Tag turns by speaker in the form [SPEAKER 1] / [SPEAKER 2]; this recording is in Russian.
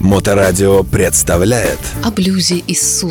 [SPEAKER 1] Моторадио представляет
[SPEAKER 2] О блюзе из Сузы.